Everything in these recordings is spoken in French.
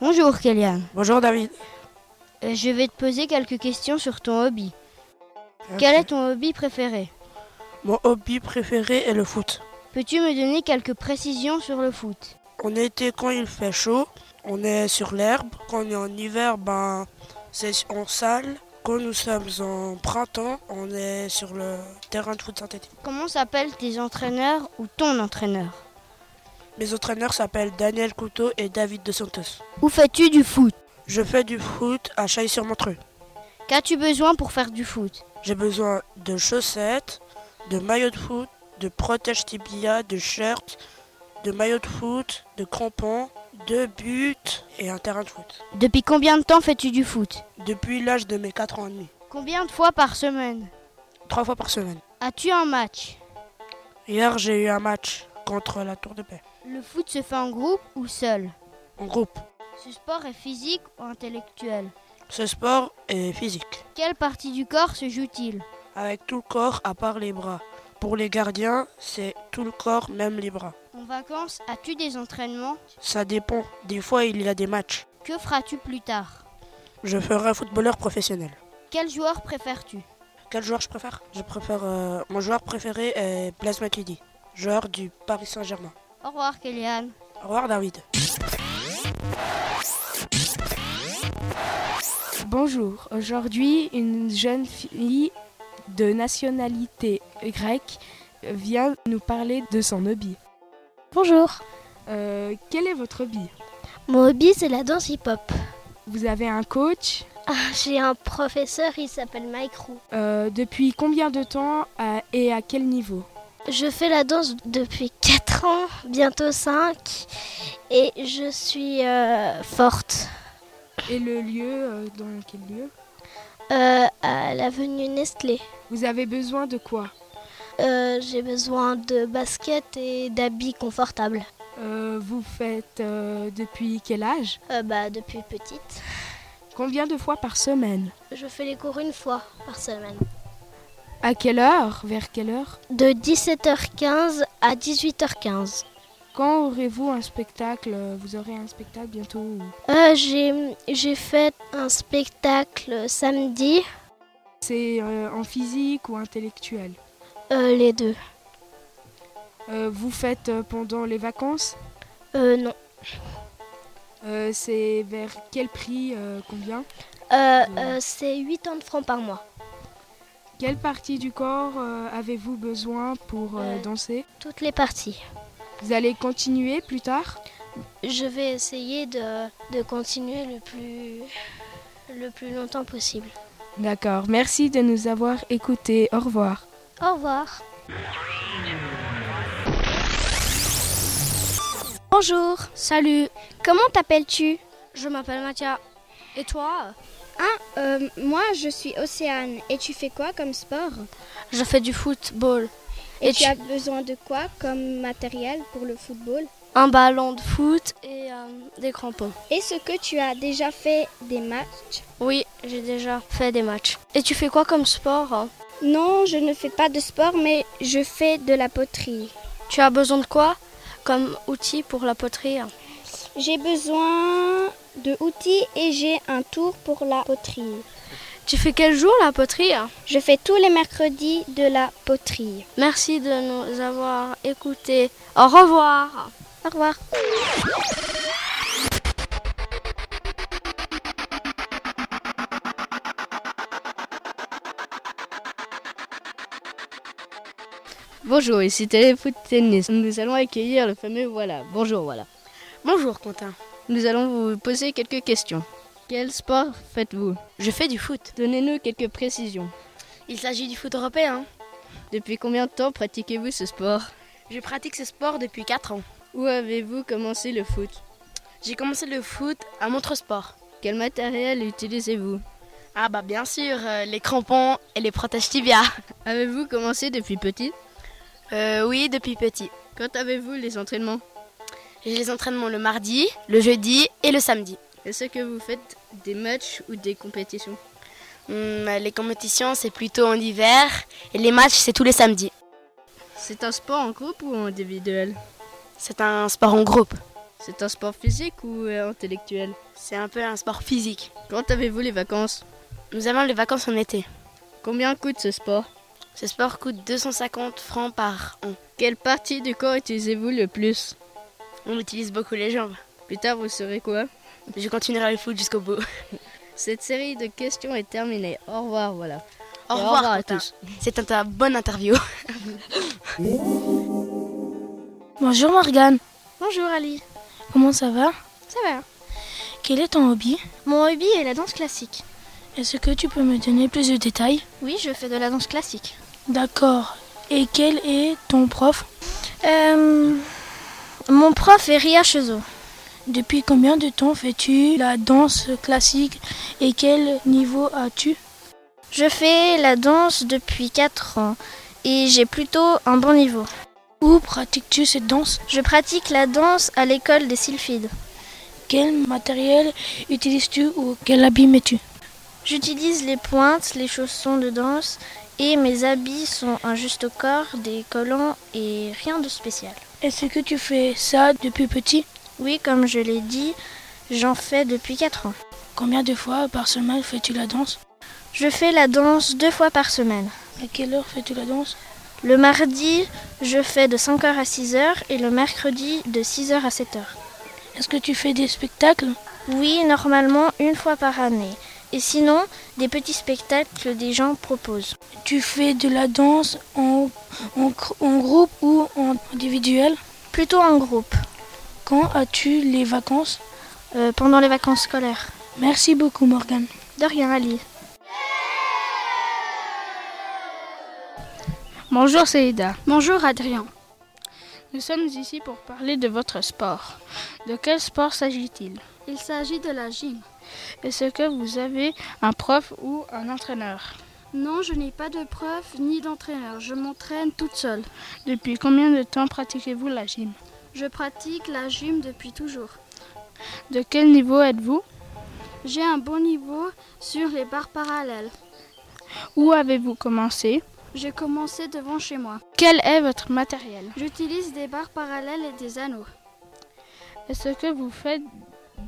Bonjour Kélian. Bonjour David. Euh, je vais te poser quelques questions sur ton hobby. Ok. Quel est ton hobby préféré Mon hobby préféré est le foot. Peux-tu me donner quelques précisions sur le foot On est été quand il fait chaud, on est sur l'herbe. Quand on est en hiver, ben, c'est en salle. Quand nous sommes en printemps, on est sur le terrain de foot synthétique. Comment s'appellent tes entraîneurs ou ton entraîneur Mes entraîneurs s'appellent Daniel Couteau et David De Santos. Où fais-tu du foot Je fais du foot à Chailly-sur-Montreux. Qu'as-tu besoin pour faire du foot J'ai besoin de chaussettes, de maillots de foot, de protège tibia, de shirts, de maillots de foot, de crampons, de buts et un terrain de foot. Depuis combien de temps fais-tu du foot Depuis l'âge de mes 4 ans et demi, Combien de fois par semaine trois fois par semaine. As-tu un match Hier, j'ai eu un match contre la Tour de Paix, Le foot se fait en groupe ou seul en groupe. Ce sport est physique ou intellectuel Ce sport est physique, Quelle partie du corps se joue-t-il avec tout le corps à part les bras. Pour les gardiens, c'est tout le corps, même les bras. En vacances, as-tu des entraînements Ça dépend, des fois il y a des matchs. Que feras-tu plus tard Je ferai footballeur professionnel. Quel joueur préfères-tu Quel joueur je préfère Je préfère. euh, mon joueur préféré est Blaise Matuidi, joueur du Paris Saint-Germain. Au revoir, Kélian. Au revoir David. Bonjour, aujourd'hui une jeune fille de nationalité grecque vient nous parler de son hobby. Bonjour, Euh, quel est votre hobby mon hobby c'est la danse hip-hop. Vous avez un coach Ah, J'ai un professeur, il s'appelle Mike Roux. Euh, Depuis combien de temps à- et à quel niveau Je fais la danse depuis 4 ans, bientôt 5, et je suis euh, forte Et le lieu, euh, dans quel lieu Euh, à l'avenue Nestlé. Vous avez besoin de quoi Euh, J'ai besoin de baskets et d'habits confortables. Euh, Vous faites euh, depuis quel âge Euh, bah, depuis petite, Combien de fois par semaine je fais les cours une fois par semaine. À quelle heure Vers quelle heure De 17h15 à 18h15. Quand aurez-vous un spectacle Vous aurez un spectacle bientôt ou- Euh, J'ai j'ai fait un spectacle samedi, C'est euh, en physique ou intellectuel euh, les deux. Euh, Vous faites euh, pendant les vacances Euh, non. Euh, C'est vers quel prix euh, Combien Euh, euh, c'est 80 francs par mois. Quelle partie du corps euh, avez-vous besoin pour euh, Euh. danser Toutes les parties. Vous allez continuer plus tard Je vais essayer de, de continuer le plus, le plus longtemps possible. D'accord, merci de nous avoir écoutés. Au revoir. Au revoir. Bonjour, Salut. comment t'appelles-tu Je m'appelle Mathia. Et toi Euh, Moi, je suis Océane. Et tu fais quoi comme sport Je fais du football. Et, Et tu tu- as besoin de quoi comme matériel pour le football Un ballon de foot et euh, des crampons. Est-ce que tu as déjà fait des matchs Oui, j'ai déjà fait des matchs. Et tu fais quoi comme sport hein Non, je ne fais pas de sport, mais je fais de la poterie. Tu as besoin de quoi comme outil pour la poterie hein J'ai besoin de outils et j'ai un tour pour la poterie. Tu fais quel jour la poterie hein Je fais tous les mercredis de la poterie. Merci de nous avoir écoutés. Au revoir. Au revoir. Bonjour, ici Téléfoot Tennis. Nous allons accueillir le fameux Voilà. Bonjour, Voilà. Bonjour Quentin. Nous allons vous poser quelques questions. Quel sport faites-vous Je fais du foot. Donnez-nous quelques précisions. Il s'agit du foot européen. Depuis combien de temps pratiquez-vous ce sport Je pratique ce sport depuis 4 ans. Où avez-vous commencé le foot J'ai commencé le foot à Montresport. Quel matériel utilisez-vous Ah bah bien sûr, euh, les crampons et les protèges tibia. Avez-vous commencé depuis petit Euh, oui, depuis petit. Quand avez-vous les entraînements J'ai les entraînements le mardi, le jeudi et le samedi. Est-ce que vous faites des matchs ou des compétitions Hum, les compétitions, c'est plutôt en hiver et les matchs, c'est tous les samedis. C'est un sport en groupe ou en individuel C'est un sport en groupe. C'est un sport physique ou euh, intellectuel C'est un peu un sport physique. Quand avez-vous les vacances Nous avons les vacances en été. Combien coûte ce sport Ce sport coûte 250 francs par an. Quelle partie du corps utilisez-vous le plus On utilise beaucoup les jambes. Plus tard, vous serez quoi Je continuerai le foot jusqu'au bout. Cette série de questions est terminée. Au revoir, voilà. Au Et revoir, à Quentin. tous. C'est une bonne interview. Bonjour Morgane, Bonjour Ali. comment ça va Ça va Quel est ton hobby Mon hobby est la danse classique. Est-ce que tu peux me donner plus de détails Oui, je fais de la danse classique. D'accord. Et quel est ton prof mon prof est Ria Chezo. Depuis combien de temps fais-tu la danse classique et quel niveau as-tu Je fais la danse depuis 4 ans et j'ai plutôt un bon niveau. Où pratiques-tu cette danse Je pratique la danse à l'école des sylphides. Quel matériel utilises-tu ou quel habit mets-tu J'utilise les pointes, les chaussons de danse et mes habits sont un juste corps, des collants et rien de spécial. Est-ce que tu fais ça depuis petit Oui, comme je l'ai dit, j'en fais depuis 4 ans. Combien de fois par semaine fais-tu la danse Je fais la danse deux fois par semaine. À quelle heure fais-tu la danse Le mardi, je fais de 5h à 6h et le mercredi de 6h à 7h. Est-ce que tu fais des spectacles Oui, normalement une fois par année. Et sinon, des petits spectacles que des gens proposent. Tu fais de la danse en, en cr- en groupe ou en individuel Plutôt en groupe, Quand as-tu les vacances euh, pendant les vacances scolaires. Merci beaucoup Morgane. De rien, Ali. Bonjour Célida. Bonjour Adrien. Nous sommes ici pour parler de votre sport. De quel sport s'agit-il Il s'agit de la gym. Est-ce que vous avez un prof ou un entraîneur Non, je n'ai pas de prof ni d'entraîneur. Je m'entraîne toute seule. Depuis combien de temps pratiquez-vous la gym Je pratique la gym depuis toujours. De quel niveau êtes-vous J'ai un bon niveau sur les barres parallèles. Où avez-vous commencé J'ai commencé devant chez moi. Quel est votre matériel J'utilise des barres parallèles et des anneaux. Est-ce que vous faites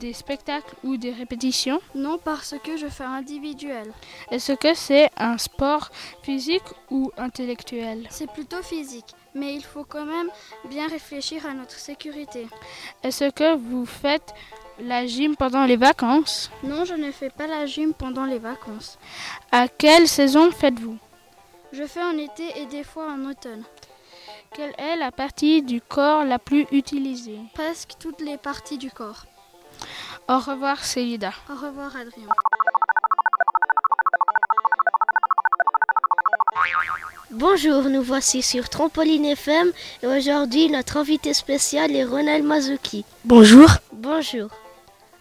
des spectacles ou des répétitions Non parce que je fais individuel. Est-ce que c'est un sport physique ou intellectuel C'est plutôt physique, mais il faut quand même bien réfléchir à notre sécurité. Est-ce que vous faites la gym pendant les vacances Non, je ne fais pas la gym pendant les vacances. À quelle saison faites-vous Je fais en été et des fois en automne. Quelle est la partie du corps la plus utilisée Presque toutes les parties du corps. Au revoir, Célida. Au revoir Adrien. Bonjour, nous voici sur Trampoline FM et aujourd'hui notre invité spécial est Ronald Mazuki. Bonjour. Bonjour.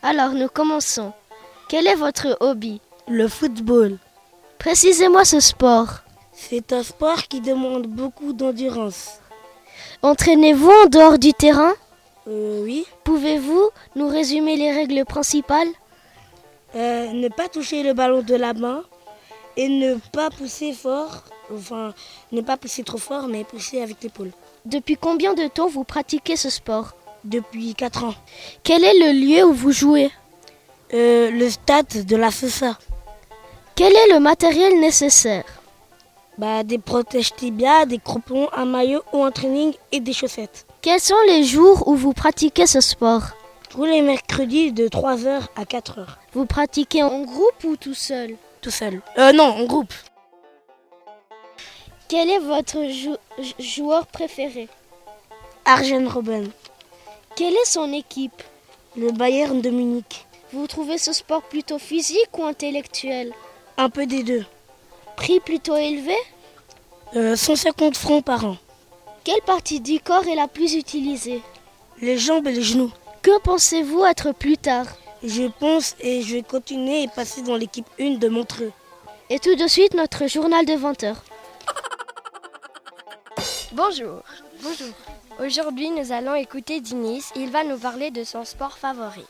Alors nous commençons. Quel est votre hobby Le football, Précisez-moi ce sport. c'est un sport qui demande beaucoup d'endurance. Entraînez-vous en dehors du terrain Euh, oui. Pouvez-vous nous résumer les règles principales Euh, ne pas toucher le ballon de la main et ne pas pousser fort, enfin, ne pas pousser trop fort, mais pousser avec l'épaule. Depuis combien de temps vous pratiquez ce sport Depuis 4 ans. Quel est le lieu où vous jouez Euh, le stade de la FESA, Quel est le matériel nécessaire bah, des protèges tibias, des crampons, un maillot ou un training et des chaussettes. Quels sont les jours où vous pratiquez ce sport Tous les mercredis de 3h à 4h. Vous pratiquez en groupe ou tout seul Tout seul. Euh, non, en groupe. Quel est votre jou- jou- joueur préféré Arjen Robben, Quelle est son équipe le Bayern de Munich. Vous trouvez ce sport plutôt physique ou intellectuel Un peu des deux. Prix plutôt élevé Euh, 150 francs par an. Quelle partie du corps est la plus utilisée Les jambes et les genoux. Que pensez-vous être plus tard Je pense et je vais continuer et passer dans l'équipe 1 de Montreux. Et tout de suite, notre journal de 20 heures. Bonjour. Bonjour. Aujourd'hui, nous allons écouter Dinis. Il va nous parler de son sport favori.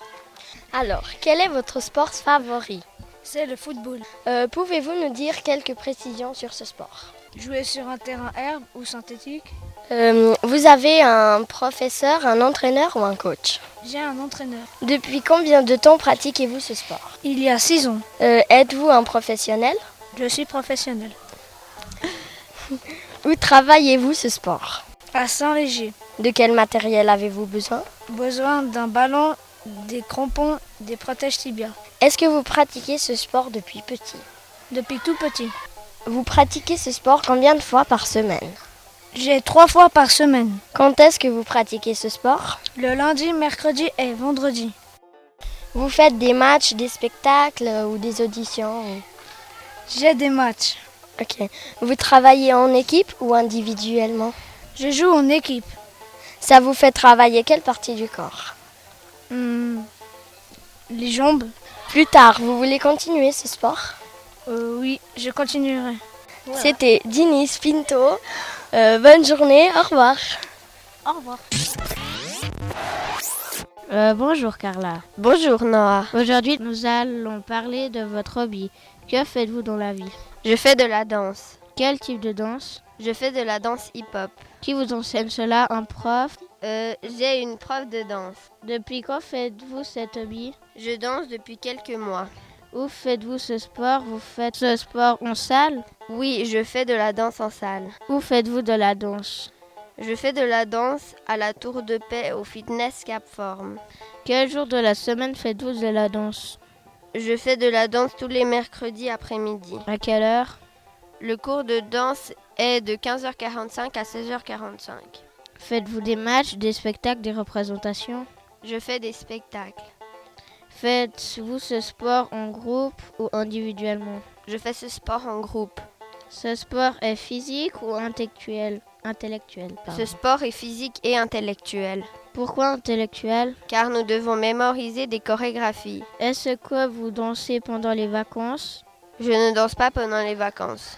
Alors, quel est votre sport favori C'est le football. Euh, Pouvez-vous nous dire quelques précisions sur ce sport Jouer sur un terrain herbe ou synthétique Euh, vous avez un professeur, un entraîneur ou un coach J'ai un entraîneur. Depuis combien de temps pratiquez-vous ce sport Il y a 6 ans. Euh, Êtes-vous un professionnel Je suis professionnel. Où travaillez-vous ce sport À Saint-Léger. De quel matériel avez-vous besoin Besoin d'un ballon, des crampons, des protèges tibias. Est-ce que vous pratiquez ce sport depuis petit Depuis tout petit. Vous pratiquez ce sport combien de fois par semaine J'ai trois fois par semaine. Quand est-ce que vous pratiquez ce sport Le lundi, mercredi et vendredi. Vous faites des matchs, des spectacles ou des auditions ou- J'ai des matchs. Ok. Vous travaillez en équipe ou individuellement Je joue en équipe. Ça vous fait travailler quelle partie du corps Hmm, Les jambes Plus tard, vous voulez continuer ce sport Euh, Oui, je continuerai. C'était Dinis Pinto. Euh, bonne journée, au revoir. Au revoir. Euh, bonjour Carla. Bonjour Noah. Aujourd'hui, nous allons parler de votre hobby. Que faites-vous dans la vie Je fais de la danse. Quel type de danse Je fais de la danse hip-hop. Qui vous enseigne cela Un prof Euh, J'ai une prof de danse. Depuis quand faites-vous cet hobby Je danse depuis quelques mois. Où faites-vous ce sport Vous faites ce sport en salle Oui, je fais de la danse en salle. Où faites-vous de la danse Je fais de la danse à la Tour de Paix au Fitness Cap Forme. Quel jour de la semaine faites-vous de la danse Je fais de la danse tous les mercredis après-midi. À quelle heure Le cours de danse est de 15h45 à 16h45. Faites-vous des matchs, des spectacles, des représentations Je fais des spectacles. Faites-vous ce sport en groupe ou individuellement Je fais ce sport en groupe. Ce sport est physique ou intellectuel Intellectuel, pardon. Ce sport est physique et intellectuel, Pourquoi intellectuel car nous devons mémoriser des chorégraphies. Est-ce que vous dansez pendant les vacances Je ne danse pas pendant les vacances.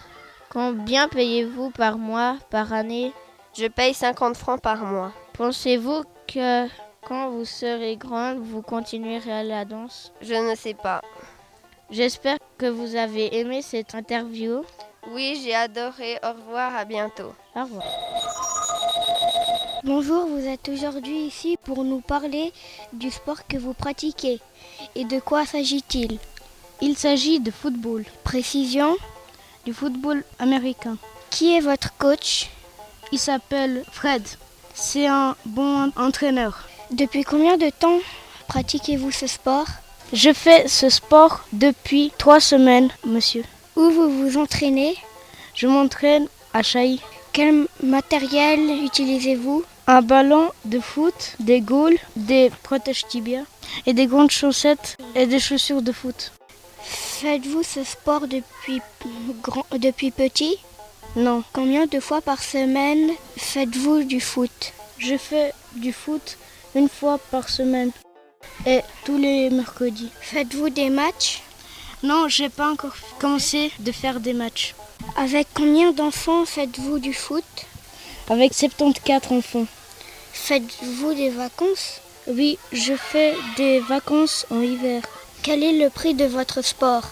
Combien payez-vous par mois, par année Je paye 50 francs par mois. Pensez-vous que quand vous serez grande, vous continuerez à la danse Je ne sais pas. J'espère que vous avez aimé cette interview. Oui, j'ai adoré. Au revoir, à bientôt. Au revoir. Bonjour, vous êtes aujourd'hui ici pour nous parler du sport que vous pratiquez. Et de quoi s'agit-il Il s'agit de football. Précision Du football américain. Qui est votre coach Il s'appelle Fred. C'est un bon entraîneur. Depuis combien de temps pratiquez-vous ce sport Je fais ce sport depuis trois semaines, monsieur. Où vous vous entraînez Je m'entraîne à Chailly. Quel matériel utilisez-vous Un ballon de foot, des gaules, des protèges tibias et des grandes chaussettes et des chaussures de foot. Faites-vous ce sport depuis, grand, depuis petit Non, Combien de fois par semaine faites-vous du foot je fais du foot une fois par semaine et tous les mercredis. Faites-vous des matchs Non, j'ai pas encore commencé de faire des matchs. Avec combien d'enfants faites-vous du foot Avec 74 enfants. Faites-vous des vacances Oui, je fais des vacances en hiver. Quel est le prix de votre sport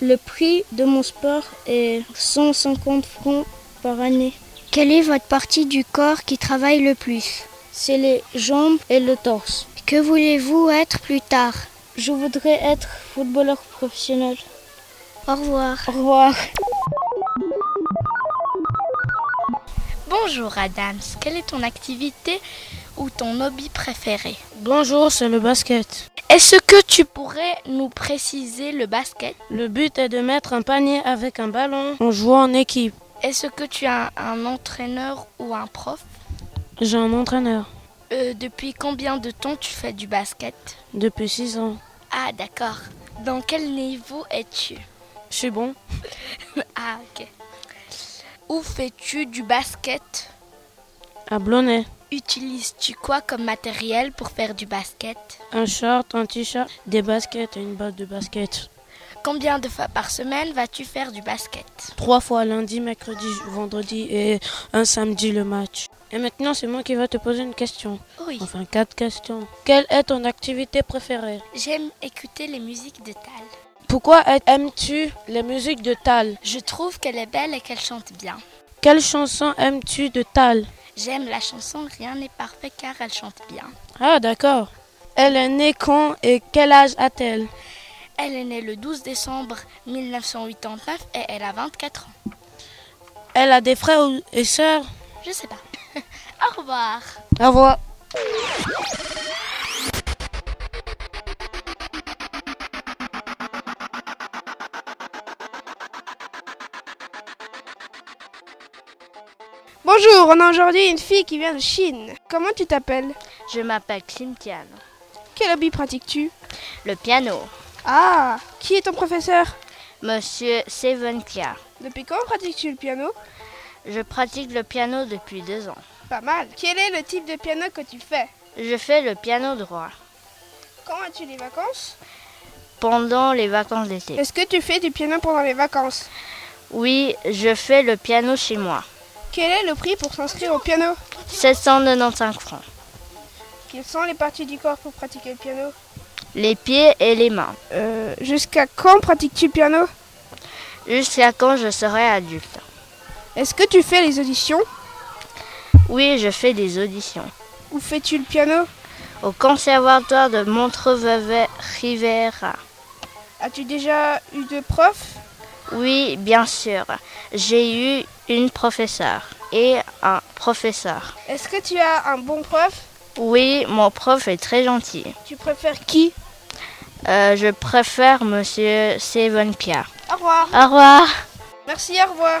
Le prix de mon sport est 150 francs par année. Quelle est votre partie du corps qui travaille le plus C'est les jambes et le torse. Que voulez-vous être plus tard Je voudrais être footballeur professionnel. Au revoir. Au revoir. Bonjour Adams, quelle est ton activité ou ton hobby préféré Bonjour, c'est le basket. Est-ce que tu pourrais nous préciser le basket Le but est de mettre un panier avec un ballon. On joue en équipe. Est-ce que tu as un entraîneur ou un prof J'ai un entraîneur Euh, Depuis combien de temps tu fais du basket depuis 6 ans. Ah d'accord. Dans quel niveau es-tu Je suis bon. Ah ok. Où fais-tu du basket À Blonay. Utilises-tu quoi comme matériel pour faire du basket Un short, un t-shirt, des baskets et une balle de basket. Combien de fois par semaine vas-tu faire du basket Trois fois lundi, mercredi, vendredi et un samedi le match. Et maintenant, c'est moi qui vais te poser une question. Oui. Enfin, quatre questions. Quelle est ton activité préférée J'aime écouter les musiques de Tal. Pourquoi aimes-tu les musiques de Tal Je trouve qu'elle est belle et qu'elle chante bien. Quelle chanson aimes-tu de Tal J'aime la chanson Rien n'est parfait car elle chante bien. Ah, d'accord. Elle est née quand et quel âge a-t-elle Elle est née le 12 décembre 1989 et elle a 24 ans. Elle a des frères ou- et sœurs Je sais pas. Au revoir. Au revoir. Bonjour, on a aujourd'hui une fille qui vient de Chine. Comment tu t'appelles Je m'appelle Cynthia. Quel hobby pratiques-tu Le piano. Ah, qui est ton professeur Monsieur Seven Clear. Depuis quand pratiques-tu le piano Je pratique le piano depuis deux ans. Pas mal. Quel est le type de piano que tu fais Je fais le piano droit Quand as-tu les vacances pendant les vacances d'été. Est-ce que tu fais du piano pendant les vacances Oui, je fais le piano chez moi. Quel est le prix pour s'inscrire au piano 795 francs. Quelles sont les parties du corps pour pratiquer le piano Les pieds et les mains. Euh, Jusqu'à quand pratiques-tu le piano Jusqu'à quand je serai adulte. Est-ce que tu fais les auditions Oui, je fais des auditions. Où fais-tu le piano Au conservatoire de Montreux-Rivera. As-tu déjà eu de profs Oui, bien sûr. J'ai eu une professeure et un professeur. Est-ce que tu as un bon prof Oui, mon prof est très gentil. Tu préfères qui Euh, je préfère Monsieur Seven Pierre. Au revoir. Au revoir. Merci, au revoir.